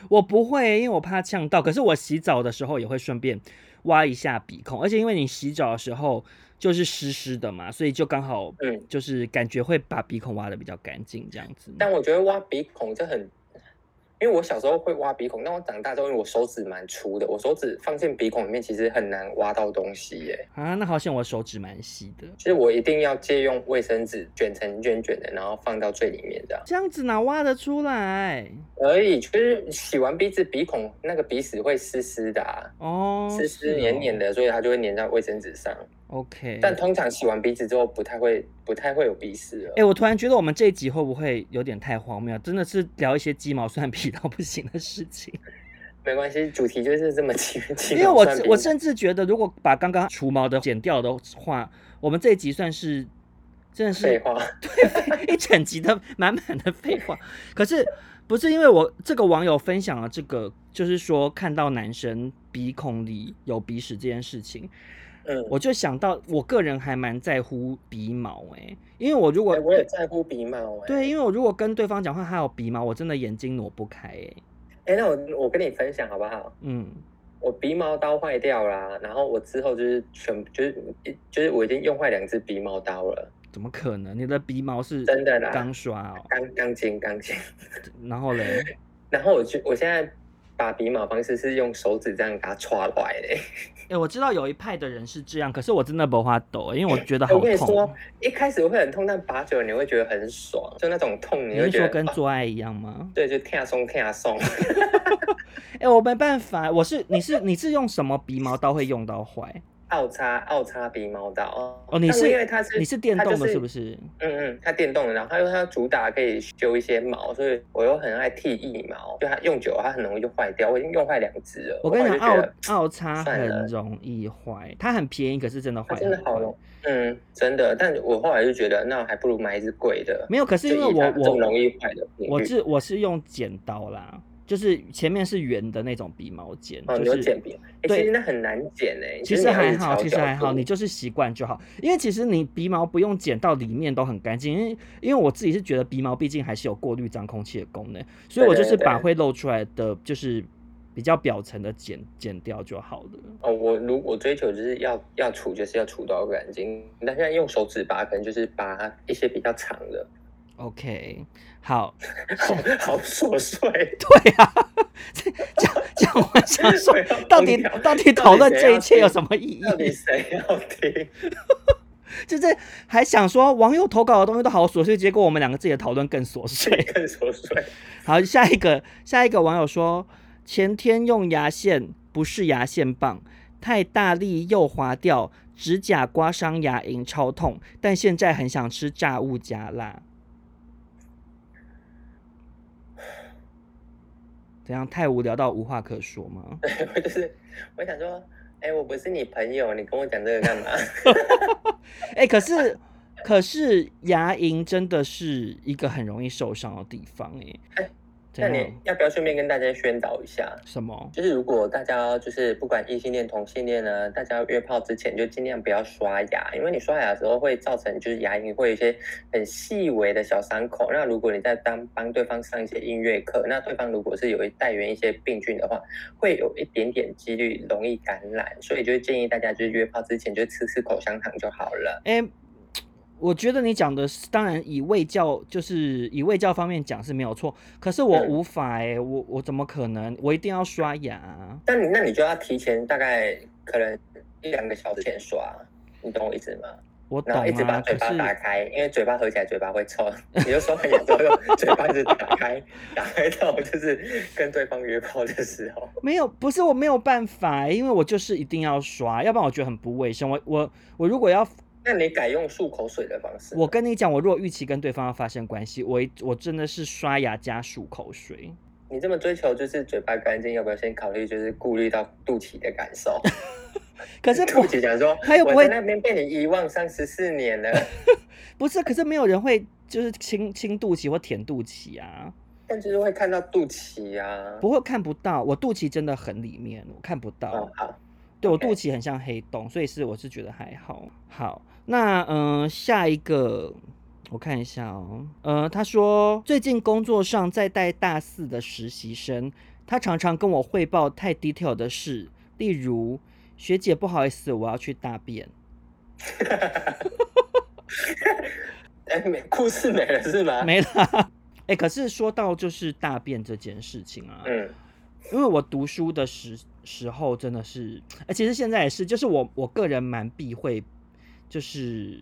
A: 我不会，因为我怕呛到。可是我洗澡的时候也会顺便挖一下鼻孔，而且因为你洗澡的时候就是湿湿的嘛，所以就刚好
C: 嗯，
A: 就是感觉会把鼻孔挖的比较干净这样子。
C: 但我觉得挖鼻孔这很，因为我小时候会挖鼻孔，但我长大之后，因为我手指蛮粗的，我手指放进鼻孔里面其实很难挖到东西耶。
A: 啊，那好像我手指蛮细的，
C: 其实我一定要借用卫生纸卷成卷卷的，然后放到最里面这样。
A: 这样子哪挖得出来？
C: 而已，就是洗完鼻子，鼻孔那个鼻屎会湿湿的、啊，
A: 哦，嗯
C: 湿湿黏黏
A: 的。
C: 的，所以它就会黏在卫生纸上。
A: OK，
C: 但通常洗完鼻子之后，不太会不太会有鼻屎了
A: 哎、。我突然觉得我们这一集会不会有点太荒谬？真的是聊一些鸡毛蒜皮到不行的事情。
C: 没关系，主题就是这么 奇奇
A: 因为我
C: 怪怪
A: 我甚至觉得，如果把刚刚除毛的剪掉的话，我们这一集算是真的是
C: 废话，
A: 一整集的满满的废话。可是不是因为我这个网友分享了这个，就是说看到男生鼻孔里有鼻屎这件事情，
C: 嗯，
A: 我就想到我个人还蛮在乎鼻毛诶、因为我如果
C: 哎我也在乎鼻毛哎、
A: 对，因为我如果跟对方讲话还有鼻毛，我真的眼睛挪不开诶、
C: 哎、那我我跟你分享好不好？
A: 嗯，
C: 我鼻毛刀坏掉啦，然后我之后就是全就是就是我已经用坏两只鼻毛刀了，
A: 怎么可能？你的鼻毛是
C: 真的啦
A: 刚刷哦，
C: 钢钢筋钢筋。
A: 然后 嘞。
C: 然后我就我现在拔鼻毛方式是用手指这样给它戳来嘞。
A: 哎、我知道有一派的人是这样，可是我真的不花抖，欸因为我觉得啊好
C: 欸我跟你
A: 痛哦
C: 说。，一开始会很痛，但拔久了你会觉得很爽，就那种痛
A: 你
C: 你会
A: 是
C: 觉得
A: 说跟
C: 啊
A: 做爱一样吗？
C: 对，就跳松跳松。
A: 哎、我没办法，我是你是你是用什么鼻毛刀会用到坏？
C: 奥叉奥叉鼻毛刀
A: 哦，你
C: 但
A: 是
C: 因为它是
A: 你是电
C: 它就
A: 动的，
C: 是
A: 是不是？
C: 嗯嗯，它电动的，然后它又它主打可以修一些毛，所以我又很爱剃腋毛，就它用久了它很容易就坏掉，我已经用坏两只了。
A: 我跟你
C: 后
A: 讲，
C: 来
A: 奥
C: 就觉得
A: 奥叉
C: 算了
A: 很容易坏，它很便宜，可是真的坏
C: 它
A: 很
C: 真
A: 快。
C: 的好容嗯，真的，但我后来就觉得那还不如买一只贵的，
A: 没有，可是因为
C: 就以它
A: 我
C: 这
A: 我
C: 么容易坏的频率，
A: 我是我是用剪刀啦，就是前面是圆的那种鼻毛剪，
C: 哦，你
A: 就
C: 有
A: 是
C: 剪鼻，哎
A: 对
C: 其实那很难剪哎，
A: 其
C: 就是
A: 实
C: 你要一
A: 还
C: 直
A: 好，
C: 调
A: 其实
C: 角
A: 还好，
C: 度
A: 你就是习惯就好。因为其实你鼻毛不用剪到里面都很干净，因为因为我自己是觉得鼻毛毕竟还是有过滤脏空气的功能，所以我就是
C: 对对
A: 把
C: 对
A: 会露出来的就是比较表层的剪剪掉就好了。
C: 哦，我如我追求就是要要除，就是要除到干净。但现在用手指拔，可能就是拔一些比较长 的，
A: OK，好，
C: 好好琐碎。
A: 对啊，这讲讲完想 说
C: 我要，
A: 到底
C: 疯掉
A: 到底讨论
C: 到底谁
A: 这
C: 要
A: 一切有
C: 听
A: 什么意义？
C: 到底谁要听？
A: 就是还想说网友投稿的东西都好琐碎，结果我们两个自己的讨论更琐 碎。
C: 更琐碎。
A: 好，下一个，下一个网友说，前天用牙线不是牙线棒，太大力又滑掉，指甲刮伤牙龈，超痛。但现在很想吃炸物加辣。怎样？太无聊到无话可说 吗？
C: 我就是我想说，哎、我不是你朋友，你跟我讲这个干嘛？
A: 哎、可是。可是牙龈真的是一个很容易受伤的地方哎、
C: 哎
A: 怎
C: 那
A: 样
C: 你要不要顺便跟大家宣导一下？
A: 什么？
C: 就是如果大家就是不管异性恋、同性恋呢，大家约炮之前就尽量不要刷牙，因为你刷牙的时候会造成就是牙龈会有一些很细微的小伤口。那如果你在当帮对方上一些音乐课，那对方如果是有一带源一些病菌的话，会有一点点几率容易感染，所以就建议大家就是约炮之前就吃吃口香糖就好了。
A: 哎、我觉得你讲的是，当然以卫教就是以卫教方面讲是没有错，可是我
C: 嗯
A: 无法哎、我我怎么可能？我一定要刷牙啊。
C: 但你那你就要提前大概可能一两个小时前刷，你懂我意思吗？
A: 我懂
C: 然后一直把
A: 啊，
C: 嘴
A: 可
C: 巴打
A: 是
C: 开，因为嘴巴合起来嘴巴会臭，你就说完牙之 后嘴巴一直打开，打开到就是跟对方约炮的时候。
A: 没有，不是我没有办法、因为我就是一定要刷，要不然我觉得很不卫生。我我我如果要，
C: 那你改用漱口水的方式吗，
A: 我跟你讲，我如果预期跟对方要发生关系，我一我真的是刷牙加漱口水。
C: 你这么追求就是嘴巴干净，要不要先考虑就是顾虑到肚脐的感受？
A: 可 是
C: 肚
A: 不
C: 脐想说，
A: 他又不
C: 我
A: 会
C: 在那边被你遗忘三十四年了，
A: 不是，可是没有人会就是亲亲肚脐或舔肚脐啊，
C: 但就是会看到肚脐啊。
A: 不会看不到。我肚脐真的很里面，我看不到。
C: 哦，好，
A: 对我
C: OK
A: 肚脐很像黑洞，所以是我是觉得还好。好，那嗯、呃下一个我看一下哦，呃，他说最近工作上在带大四的实习生，他常常跟我汇报太 detail 的事，例如学姐不好意思，我要去大便。
C: 哎，没故事没了是吗？，
A: 没啦。哎、可是说到就是大便这件事情啊，
C: 嗯，
A: 因为我读书的时时候真的是，哎，其实现在也是，就是我我个人蛮避讳，就是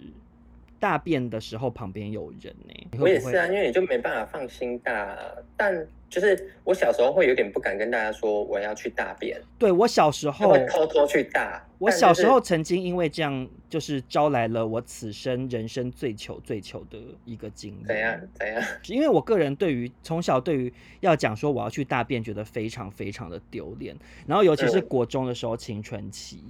A: 大便的时候旁边有人呢、你
C: 我
A: 会
C: 也
A: 不
C: 是
A: 会？
C: 啊，因为你就没办法放心大，但就是我小时候会有点不敢跟大家说我要去大便，
A: 对我小时
C: 就
A: 候
C: 会，偷偷去大。
A: 哦我
C: 但
A: 小
C: 就是
A: 时候曾经因为这样，就是招来了我此生人生最糗最糗的一个经历。
C: 怎样怎样，
A: 因为我个人对于从小对于要讲说我要去大便，觉得非常非常的丢脸。然后尤其是
C: 嗯
A: 国中的时候，青春期，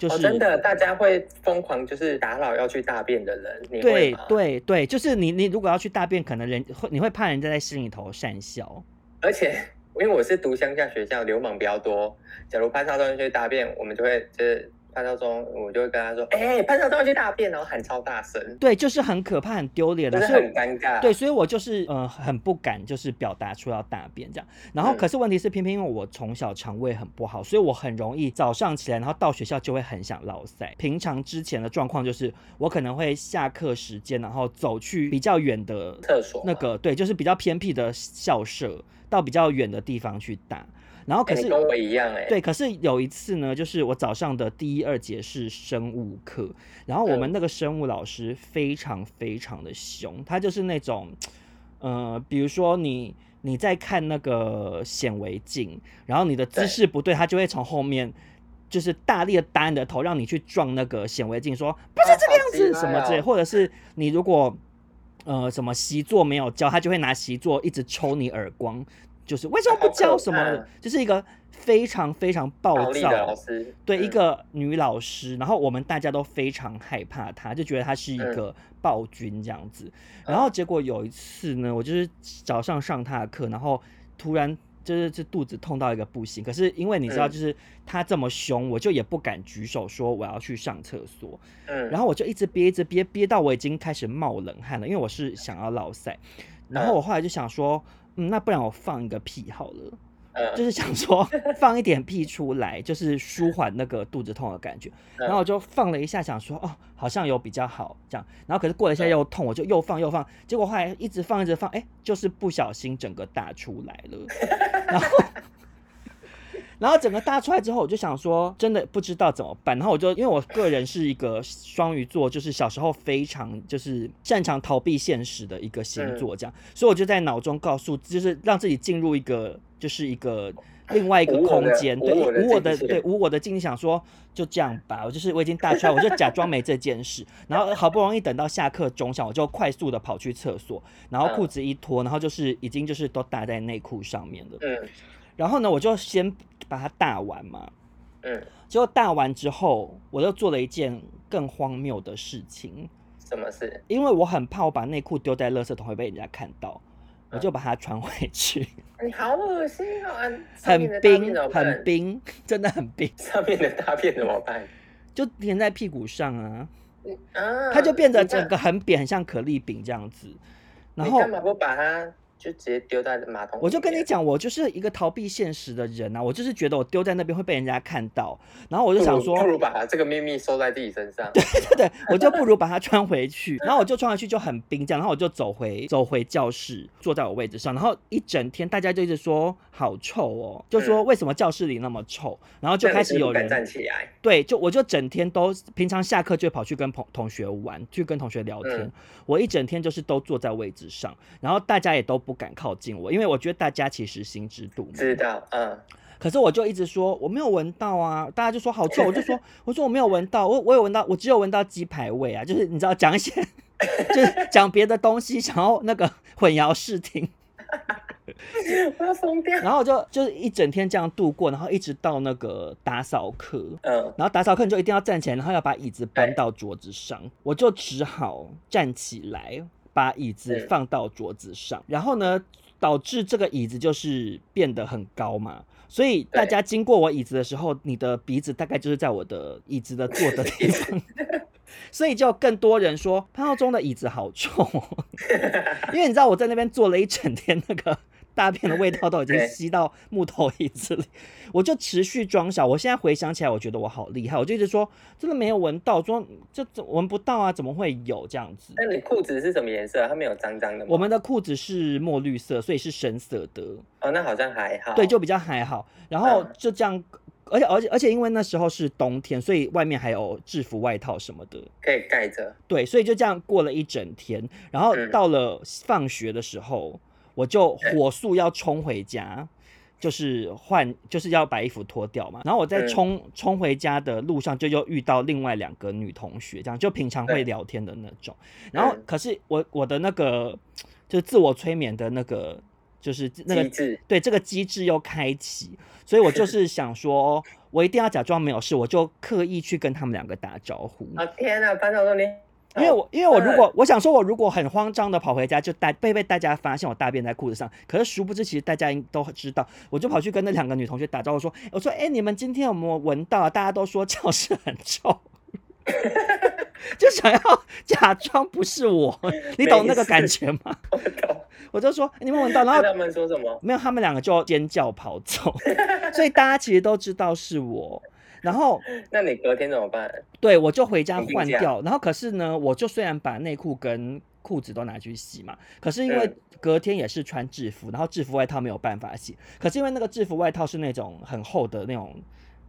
A: 就是、
C: 哦，真的，大家会疯狂就是打扰要去大便的人，你会
A: 对
C: 吗？
A: 对对，就是你你如果要去大便，可能人会你会怕人家在心里头讪笑。
C: 而且 因为我是读乡下学校，流氓比较多。假如潘少忠去大便，我们就会就是潘少忠，我就会跟他说：“哎、潘少忠去大便！”然哦后喊超大声，
A: 对，就是很可怕、很丢脸
C: 就
A: 的，
C: 是
A: 所以
C: 很尴尬。
A: 对，，所以我就是呃很不敢，就是表达出要大便这样。然后
C: 嗯
A: 可是问题是，偏偏因为我从小肠胃很不好，所以我很容易早上起来，然后到学校就会很想落塞。平常之前的状况就是，我可能会下课时间，然后走去比较远的
C: 厕所啊嘛
A: 那，个对，就是比较偏僻的校舍，到比较远的地方去打。然后可
C: 哎
A: 是、
C: 你跟我一样哎、
A: 对，可是有一次呢，就是我早上的第一、二节是生物课，然后我
C: 嗯
A: 们那个生物老师非常非常的凶，他就是那种，呃，比如说你你在看那个显微镜，然后你的姿
C: 对
A: 势不对，他就会从后面就是大力的打你的头，让你去撞那个显微镜，说不是
C: 啊
A: 这个
C: 好
A: 样子
C: 鸡
A: 什么
C: 掰
A: 之类，
C: 哦
A: 或者是你如果呃什么习作没有交，他就会拿习作一直抽你耳光，就是为什么不
C: 好可
A: 教什么
C: 怕
A: 的，就是一个非常非常暴
C: 暴力的老
A: 躁。
C: 师，
A: 对一
C: 嗯
A: 个女老师，然后我们大家都非常害怕她，就觉得她是一
C: 嗯
A: 个暴君这样子。然后结果有一次呢，我就是早上上她的课，然后突然就是这肚子痛到一个不行。可是因为你知道，
C: 嗯
A: 就是她这么凶，我就也不敢举手说我要去上厕所。
C: 嗯，
A: 然后我就一直憋，一直憋，憋到我已经开始冒冷汗了，因为我是想要落塞。然后我后来就想说，嗯，那不然我放一个屁好了。
C: 嗯
A: 就是想说放一点屁出来，就是舒缓那个肚子痛的感觉。然后我就放了一下，想说哦，好像有比较好这样。然后可是过了一下又痛，我就又放又放，结果后来一直放一直放，哎，就是不小心整个大出来了。然后，然后整个大出来之后，我就想说，真的不知道怎么办。然后我就因为我个人是一个双鱼座，就是小时候非常就是擅长逃避现实的一个星座，这样，所以我就在脑中告诉，就是让自己进入一个就是一个。另外一个
C: 无我
A: 空
C: 的
A: 间，
C: 无
A: 对，无我
C: 我的
A: 的
C: 境界
A: 对无我的境界，想说就这样吧，我就是我已经大出来，我就假装没这件事。然后好不容易等到下课钟响，我就快速的跑去厕所，然后
C: 嗯
A: 裤子一脱，然后就是已经就是都搭在内裤上面了。
C: 嗯
A: 然后呢，我就先把它大完嘛。
C: 嗯，
A: 结果大完之后，我又做了一件更荒谬的事情，
C: 什么事？
A: 因为我很怕我把内裤丢在垃圾桶会被人家看到，
C: 嗯
A: 我就把它穿回 去，
C: 你好恶心哦！啊上面
A: 很
C: 的大便
A: 冰
C: 怎么，办
A: 很，冰，真的很冰，
C: 上面的大便怎么办？
A: 就粘在屁股上啊，
C: 啊，
A: 它就变得
C: 你干
A: 整个很扁，很像可丽饼这样子。然
C: 你
A: 后
C: 干嘛不把它就直接丢在马桶。
A: 我就跟你，讲，我就是一个逃避现实的人啊，我就是觉得我丢在那边会被人家看到，然后我
C: 不
A: 就
C: 如
A: 想说，
C: 不如把这个秘密收在自己身上。
A: 对，我就不如 把它穿回去，然后我就穿回去就很冰这样，然后我就走回走回教室，坐在我位置上，然后一整天大家就一直说好臭哦，就说
C: 嗯
A: 为什么教室里那么臭，然后就
C: 那
A: 开
C: 你是
A: 始
C: 不是
A: 有
C: 不敢站
A: 人
C: 起来，
A: 对，就我就整天都平常下课就会跑去跟同同学玩，去跟同学聊天，
C: 嗯
A: 我一整天就是都坐在位置上，然后大家也都不敢靠近我，因为我觉得大家其实心知肚明，
C: 知道，嗯，
A: 可是我就一直说我没有闻到啊，大家就说好臭，我就说我说我没有闻到，我我有闻到，我只有闻到鸡排味啊，就是你知道讲一些， 就是讲别的东西，想要那个混淆视听，
C: 我要疯掉。
A: 然后我就就是一整天这样度过，然后一直到那个打扫课，
C: 嗯，
A: 然后打扫课你就一定要站起来，然后要把椅子搬到桌子上，我就只好站起来把椅子
C: 嗯
A: 放到桌子上，然后呢，导致这个椅子就是变得很高嘛。所以大
C: 对
A: 家经过我椅子的时候，你的鼻子大概就是在我的椅子的坐的地方，所以就更多人说潘浩中的椅子好臭、哦，因为你知道我在那边坐了一整天，那个大便的味道都已经
C: 对
A: 吸到木头椅子里，我就持续装傻。我现在回想起来，我觉得我好厉害，我就一直说真的没有闻到，说这这闻不到啊，怎么会有这样子？
C: 那你裤子是什么颜色？它没有脏脏的吗？
A: 我们的裤子是墨绿色，所以是深色的，
C: 哦，那好像还好。
A: 对，就比较还好。然后
C: 嗯
A: 就这样，而且而且而且因为那时候是冬天，所以外面还有制服外套什么的，
C: 可以盖着。
A: 对，所以就这样过了一整天。然后
C: 嗯
A: 到了放学的时候，我就火速要冲回家，就是换，就是要把衣服脱掉嘛。然后我在
C: 嗯
A: 冲、冲回家的路上，就又遇到另外两个女同学，这样就平常会
C: 对
A: 聊天的那种。然后
C: 嗯
A: 可是我我的那个就是自我催眠的那个。就是那个
C: 机制
A: 对这个机制又开启，所以我 就是想说，我一定要假装没有事，我就刻意去跟他们两个打招呼。
C: 哦天哪，班长说你，
A: 因为我因为我如
C: 嗯
A: 果我想说，我如果很慌张的跑回家，就大被被大家发现我大便在裤子上。可是殊不知，其实大家应都知道，我就跑去跟那两个女同学打招呼说：“我说，哎、你们今天有没有闻到啊？大家都说教室很臭。”就想要假装不是我，你懂那个感觉吗？
C: 我懂。
A: 我就说哎你们闻到，然后
C: 那他们说什么？
A: 没有，他们两个就尖叫跑走，所以大家其实都知道是我。然后
C: 那你隔天怎么办？
A: 对，我就回家
C: 肯定
A: 换
C: 这样
A: 掉。然后可是呢，我就虽然把内裤跟裤子都拿去洗嘛，可是因为
C: 嗯
A: 隔天也是穿制服，然后制服外套没有办法洗。可是因为那个制服外套是那种很厚的那种，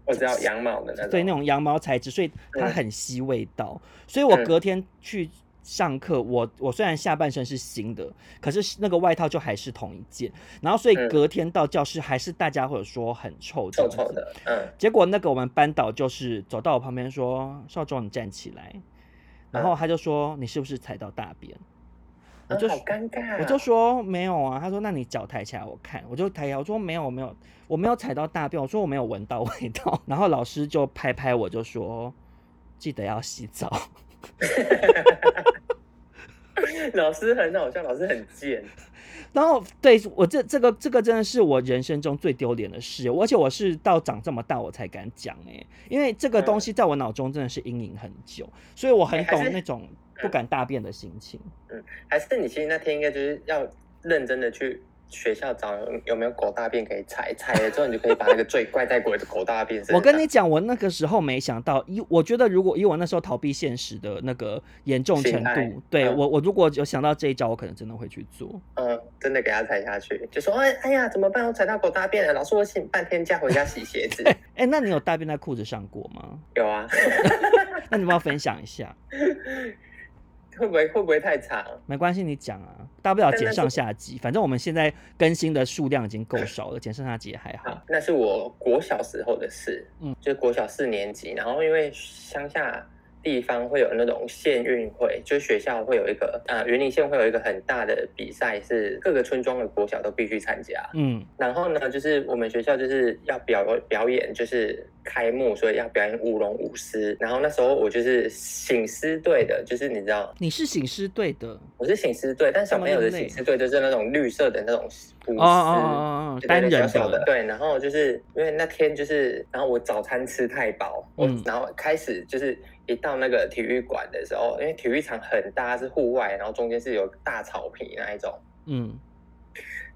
C: 我知道羊毛的那种。
A: 对那种羊毛材质，所以它
C: 嗯
A: 很吸味道。所以我
C: 嗯
A: 隔天去上课，我我虽然下半身是新的，可是那个外套就还是同一件。然后所以
C: 嗯
A: 隔天到教室还是大家会有说很臭这
C: 臭
A: 样子，
C: 臭的，嗯，
A: 结果那个我们班导就是走到我旁边说：“少壮，你站起来。”然后他就说：“你是不是踩到大便？”我
C: 啊
A: 就
C: 呃好
A: 说
C: 尴尬啊。
A: 我就说没有啊。他说：“那你脚抬起来，我看。”我就抬起来，我说：“没有，我没有，我没有踩到大便。”我说：“我没有闻到味道。”然后老师就拍拍我，就说：“记得要洗澡。
C: 老师很好笑，老师很贱，”
A: 然后对我这这个这个真的是我人生中最丢脸的事，而且我是到长这么大我才敢讲哎、因为这个东西在我脑中真的是阴影很久，所以我很
C: 哎嗯还
A: 懂
C: 是
A: 那种不敢大便的心情。
C: 还是你其实那天应该就是要认真的去学校找有有没有狗大便可以踩，踩了之后你就可以把那个罪怪在狗的狗大便身上。
A: 我跟你讲，我那个时候没想到，以我觉得如果以我那时候逃避现实的那个严重程
C: 心态
A: 度，对
C: 嗯
A: 我我如果有想到这一招，我可能真的会去做。
C: 嗯，真的给它踩下去，就说哎哎呀怎么办？我踩到狗大便了，老师我请半天假回家洗鞋 子。
A: 哎，那你有大便在裤子上过吗？
C: 有啊，
A: 那你们要分享一下，
C: 会不会会不会太长？
A: 没关系，你讲啊，大不了
C: 但
A: 剪
C: 那
A: 上
C: 是
A: 下集，反正我们现在更新的数量已经够少了，剪上下集也还好
C: 好。，啊那是我国小时候的事，
A: 嗯
C: 嗯，就是国小四年级，然后因为乡下地方会有那种县运会，就是学校会有一个，呃，云林县会有一个很大的比赛，是各个村庄的国小都必须参加。
A: 嗯，
C: 然后呢，就是我们学校就是要表表演，就是开幕，所以要表演舞龙舞狮。然后那时候我就是醒狮队的，就是你知道，
A: 你是醒狮队的
C: 我是醒狮队，但小朋友的醒狮队就是那种绿色的那种舞狮。
A: 哦哦哦哦，
C: 对
A: 单
C: 对对
A: 人
C: 小小的，对，然后就是因为那天就是，然后我早餐吃太饱，我、
A: 嗯
C: 然后开始就是一到那个体育馆的时候，因为体育场很大，是户外，然后中间是有大草坪那一种，
A: 嗯，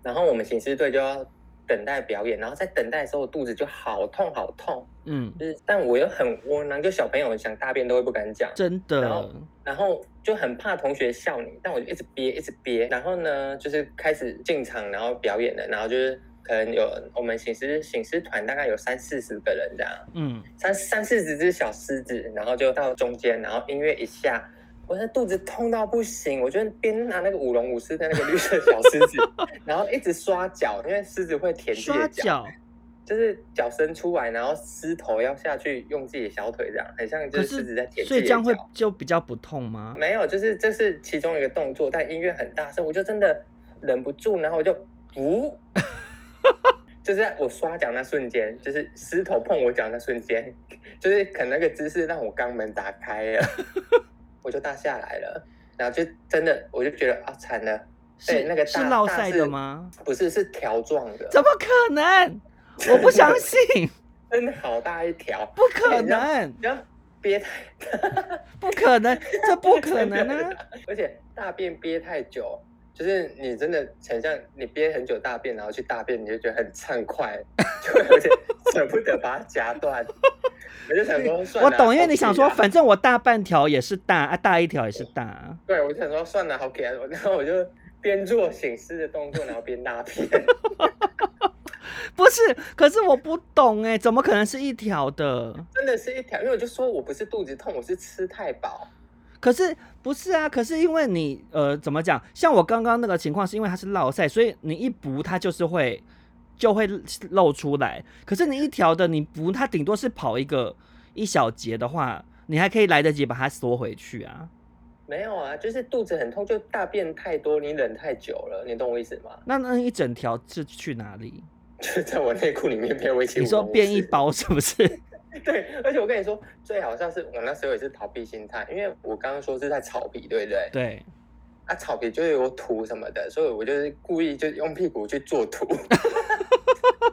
C: 然后我们刑事队就要等待表演，然后在等待的时候，我肚子就好痛好痛，
A: 嗯，
C: 就是但我又很窝囊，就小朋友想大便都会不敢讲，
A: 真
C: 然
A: 的
C: 后，然后就很怕同学笑你，但我就一直憋，一直憋。然后呢，就是开始进场，然后表演了，然后就是可能有我们醒狮醒狮团大概有三四十个人这样，
A: 嗯，
C: 三三四十只小狮子，然后就到中间，然后音乐一下。我的肚子痛到不行，我就边拿那个舞龙舞狮的那个绿色小狮 子，然后一直刷脚，因为狮子会舔自己
A: 刷
C: 的脚，
A: 脚，
C: 就是脚伸出来，然后狮头要下去用自己的小腿这样，很像就
A: 可
C: 是狮子在
A: 是
C: 舔自
A: 所以这
C: 己的脚
A: 样。会就比较不痛吗？
C: 没有，就是这是其中一个动作，但音乐很大声，我就真的忍不住，然后我就不， 就是在我刷脚那瞬间，就是石头碰我脚那瞬间，就是可能那个姿势让我肛门打开 了，我就大下来了，然后就真的我就觉得啊惨了，对
A: 是
C: 那个
A: 是
C: 大
A: 落
C: 大
A: 塞
C: 是
A: 的吗？
C: 不是是条状的，
A: 怎么可 能？我不相信，
C: 真的好大一条，
A: 不可能，
C: 然后憋太
A: 不可能，这 不可能啊！
C: 而且大便憋太久，就是你真的很像你憋很久大便，然后去大便，你就觉得很畅快， 就会有点舍不得把它夹断。我就想说，算了，
A: 我懂，因为你想说，
C: 好给啊
A: 反正我大半条也是大啊，大一条也是大啊，
C: 对，我就想说算了，好给啊，然后我就边做醒狮的动作，然后边大便。
A: 不是？可是我不懂哎，怎么可能是一条的？
C: 真的是一条，因为我就说我不是肚子痛，我是吃太饱。
A: 可是不是啊？可是因为你呃，怎么讲？像我刚刚那个情况，是因为它是落塞，所以你一补它就是会就会露出来。可是你一条的，你补它顶多是跑一个一小节的话，你还可以来得及把它缩回去啊。
C: 没有啊，就是肚子很痛，就大便太多，你忍太久了，你懂我意思吗？
A: 那那一整条是去哪里？
C: 就是在我内裤里面变为一起
A: 你说变一包是不是？
C: 对，而且我跟你说，最好笑是我那时候也是逃避心态，因为我刚刚说是在草皮，对不对？
A: 对，
C: 啊，草皮就是有土什么的，所以我就是故意就用屁股去做土，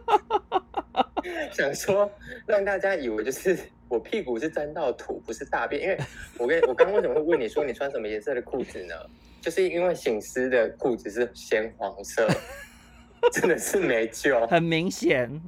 C: 想说让大家以为就是我屁股是沾到土，不是大便。因为我跟我刚刚为什么会问你说你穿什么颜色的裤子呢？就是因为醒狮的裤子是鲜黄色，真的是没救。
A: 很明显。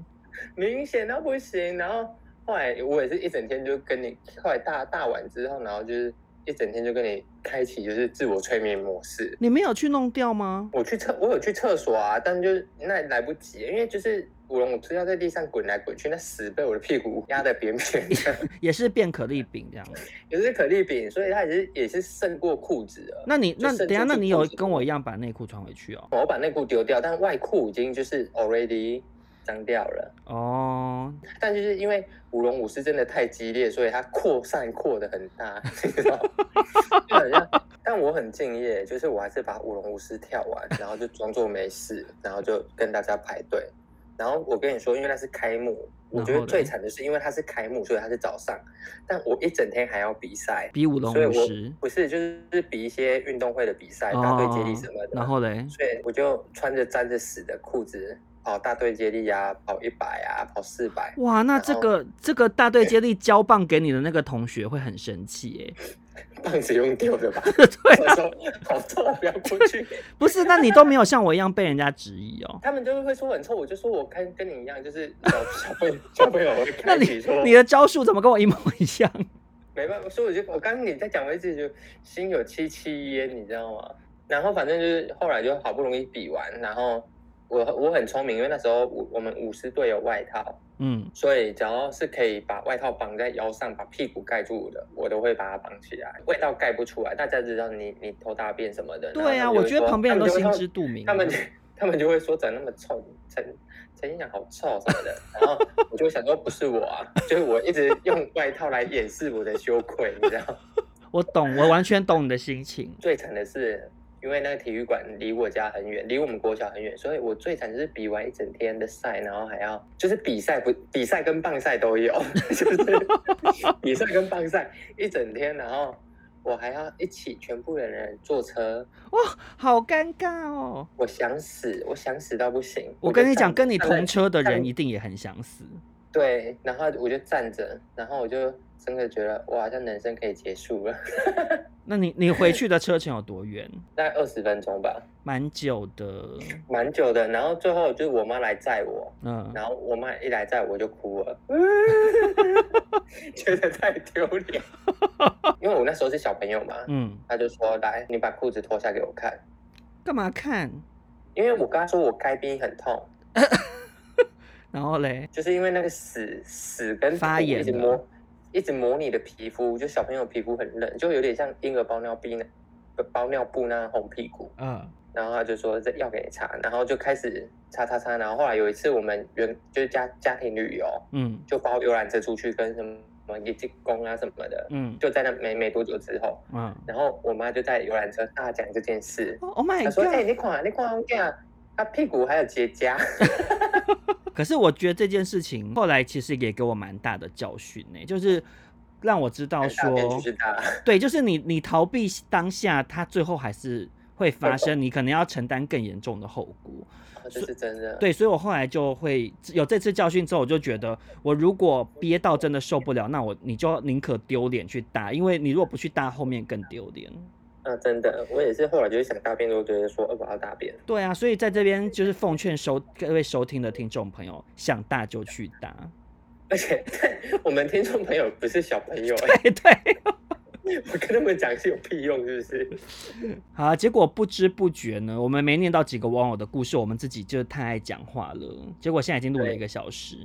C: 明显到不行。然后后来我也是一整天就跟你，后来大大完之后，然后就是一整天就跟你开启就是自我催眠模式。
A: 你没有去弄掉吗？
C: 我去厕，我有去厕所啊，但就是那来不及，因为就是舞龙舞狮要在地上滚来滚去，那屎被我的屁股压得扁扁的，
A: 也是变可丽饼这样子。
C: 也是可丽饼，所以它也是也是渗过裤子了。
A: 那你那
C: 就甚
A: 等
C: 至
A: 一下，那
C: 就
A: 你有
C: 肚子
A: 跟我一样把内裤穿回去哦？
C: 我把内裤丢掉，但外裤已经就是 already 脏掉了。
A: 哦，
C: 但就是因为舞龙舞狮真的太激烈，所以它扩散扩的很大，你知道吗？就很像但我很敬业，就是我还是把舞龙舞狮跳完，然后就装作没事，然后就跟大家排队。然后我跟你说，因为那是开幕，我觉
A: 然
C: 得
A: 后嘞
C: 最惨的是因为它是开幕，所以它是早上，但我一整天还要比赛，
A: 比舞龙
C: 所以
A: 舞
C: 我
A: 狮，
C: 不是就是比一些运动会的比赛，
A: 哦
C: 大队接力什么的。
A: 然后嘞，
C: 所以我就穿着沾着屎的裤子跑大队接力啊，跑一百啊，跑四百。
A: 哇，那
C: 然
A: 这
C: 后
A: 个这个大队接力交棒给你的那个同学会很生气哎、
C: 棒子用丢的吧？
A: 对，啊
C: 我说好臭，不要过 去。
A: 不是，那你都没有像我一样被人家质疑 哦。
C: 他们就会说很臭，我就说我跟跟你一 样，就是小小朋友小朋友会
A: 那
C: 开
A: 你
C: 启说
A: 你的招数怎么跟我一模一样？
C: 没办法，所以我就我刚刚你在讲，我一直就心有戚戚焉，你知道吗？然后反正就是后来就好不容易比完，然后我我很聪明，因为那时候我我们舞狮队有外套，
A: 嗯，
C: 所以只要是可以把外套绑在腰上，把屁股盖住的，我都会把它绑起来。味道盖不出来，大家知道你你偷大便什么 的。
A: 对
C: 呀、
A: 啊，我觉得旁边人都心知
C: 肚
A: 肚明啊。
C: 他们就他们就会说长那么臭，陈陈一阳好臭什么的。然后我就想说不是我啊， 就是我一直用外套来掩饰我的羞愧，你知道。
A: 我懂，我完全懂你的心情。
C: 最惨的是。因为那个体育馆离我家很远，离我们国小很远，所以我最惨就是比完一整天的赛，然后还要就是比赛不比赛跟棒赛都有， 就是比赛跟棒赛一整天，然后我还要一起全部的人坐车，
A: 哇，好尴尬哦！
C: 我想死，我想死到不行。
A: 我跟你
C: 就
A: 讲，
C: 站
A: 跟你
C: 站在
A: 同车的
C: 站
A: 人一定也很想死。
C: 对，然后我就站着，然后我就真的觉得哇，这人生可以结束了，
A: 那你 你回去的车程有多远？
C: 大概二十分钟吧，
A: 蛮久的，
C: 蛮久的。然后最后就是我妈来载我，
A: 嗯，
C: 然后我妈一来载我就哭了， 觉得太丢脸，因为我那时候是小朋友嘛，
A: 嗯，
C: 她就说来，你把裤子脱下给我看，
A: 干嘛看？
C: 因为我跟她说我该冰很痛，
A: 然后嘞，
C: 就是因为那个屎屎跟土
A: 发炎
C: 一直
A: 了
C: 磨，一直磨你的皮肤，就小朋友皮肤很冷，就有点像婴儿包尿布那包尿布那样红屁股。
A: 嗯
C: 然后他就说这要给你擦，然后就开始擦擦擦。然后后来有一次我们原就是家家庭旅游，
A: 嗯
C: 就包游览车出去跟什么什么野鸡公啊什么的，
A: 嗯
C: 就在那没没多久之后，
A: 嗯
C: 然后我妈就在游览车大讲这件事，
A: ，Oh my
C: 她
A: god！
C: 说：“哎、你看你看我讲，她屁股还有结痂。”
A: 可是我觉得这件事情后来其实也给我蛮大的教训呢、就是让我知道
C: 大便就
A: 说哦
C: 是，大， 哦
A: 对，就是你你逃避当下，它最后还是会发 生，你可能要承担更严重的后果。
C: 这是真的。
A: 对，所以我后来就会有这次教训之后，我就觉得我如果憋到真的受不了，那我你就宁可丢脸去搭，因为你如果不去搭，后面更丢脸。
C: 啊，真的，我也是后来就是想大便都觉得说，呃，我要大便。
A: 对啊，所以在这边就是奉劝收各位收听的听众朋友，想搭就去 搭。
C: 而且我们听众朋友不是小朋友、欸，
A: 对哎对。
C: 我跟他们讲是有屁用，是不是？
A: 好，啊结果不知不觉呢，我们没念到几个网友的故事，我们自己就太爱讲话了。结果现在已经录了一个小时，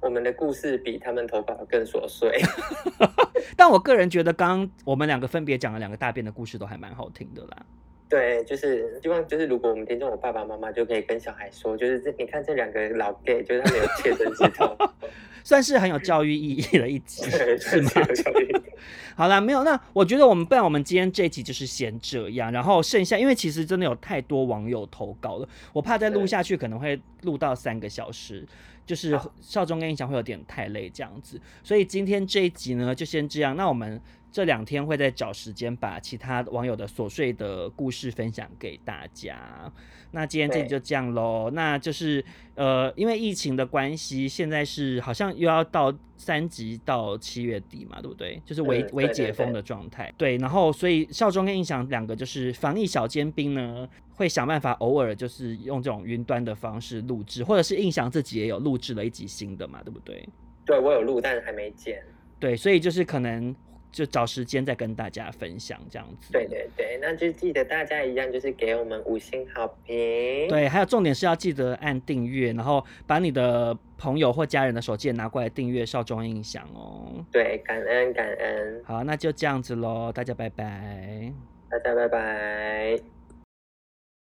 C: 我们的故事比他们投稿更琐碎。
A: 但我个人觉得，刚刚我们两个分别讲了两个大便的故事，都还蛮好听的啦。
C: 对，就是希望，就是如果我们听众，我爸爸妈妈就可以跟小孩说，就是这你看这两个老 gay，就是他们有切身之 痛，
A: 算是很有教育意义的一集，
C: 对，
A: 是吗？
C: 有教育。
A: 好啦，没有，那我觉得我们不然我们今天这一集就是先这样，然后剩下，因为其实真的有太多网友投稿了，我怕再录
C: 对
A: 下去可能会录到三个小时，就是少中跟印象会有点太累这样子，所以今天这一集呢就先这样，那我们。这两天会再找时间把其他网友的琐碎的故事分享给大家。那今天这集
C: 对
A: 就这样喽。那就是呃，因为疫情的关系，现在是好像又要到三级到七月底嘛，对不对？就是微
C: 嗯
A: 微
C: 对对
A: 解封的状态。对，然后所以少中跟印象两个就是防疫小尖兵呢，会想办法偶尔就是用这种云端的方式录制，或者是印象自己也有录制了一集新的嘛，对不对？
C: 对我有录，但还没剪。
A: 对，所以就是可能就找时间再跟大家分享这样子。
C: 对对对，那就记得大家一样，就是给我们五星好评。
A: 对，还有重点是要记得按订阅，然后把你的朋友或家人的手机也拿过来订阅少中印象哦。
C: 对，感恩感恩，
A: 好，那就这样子喽，大家拜拜。
C: 大家拜拜。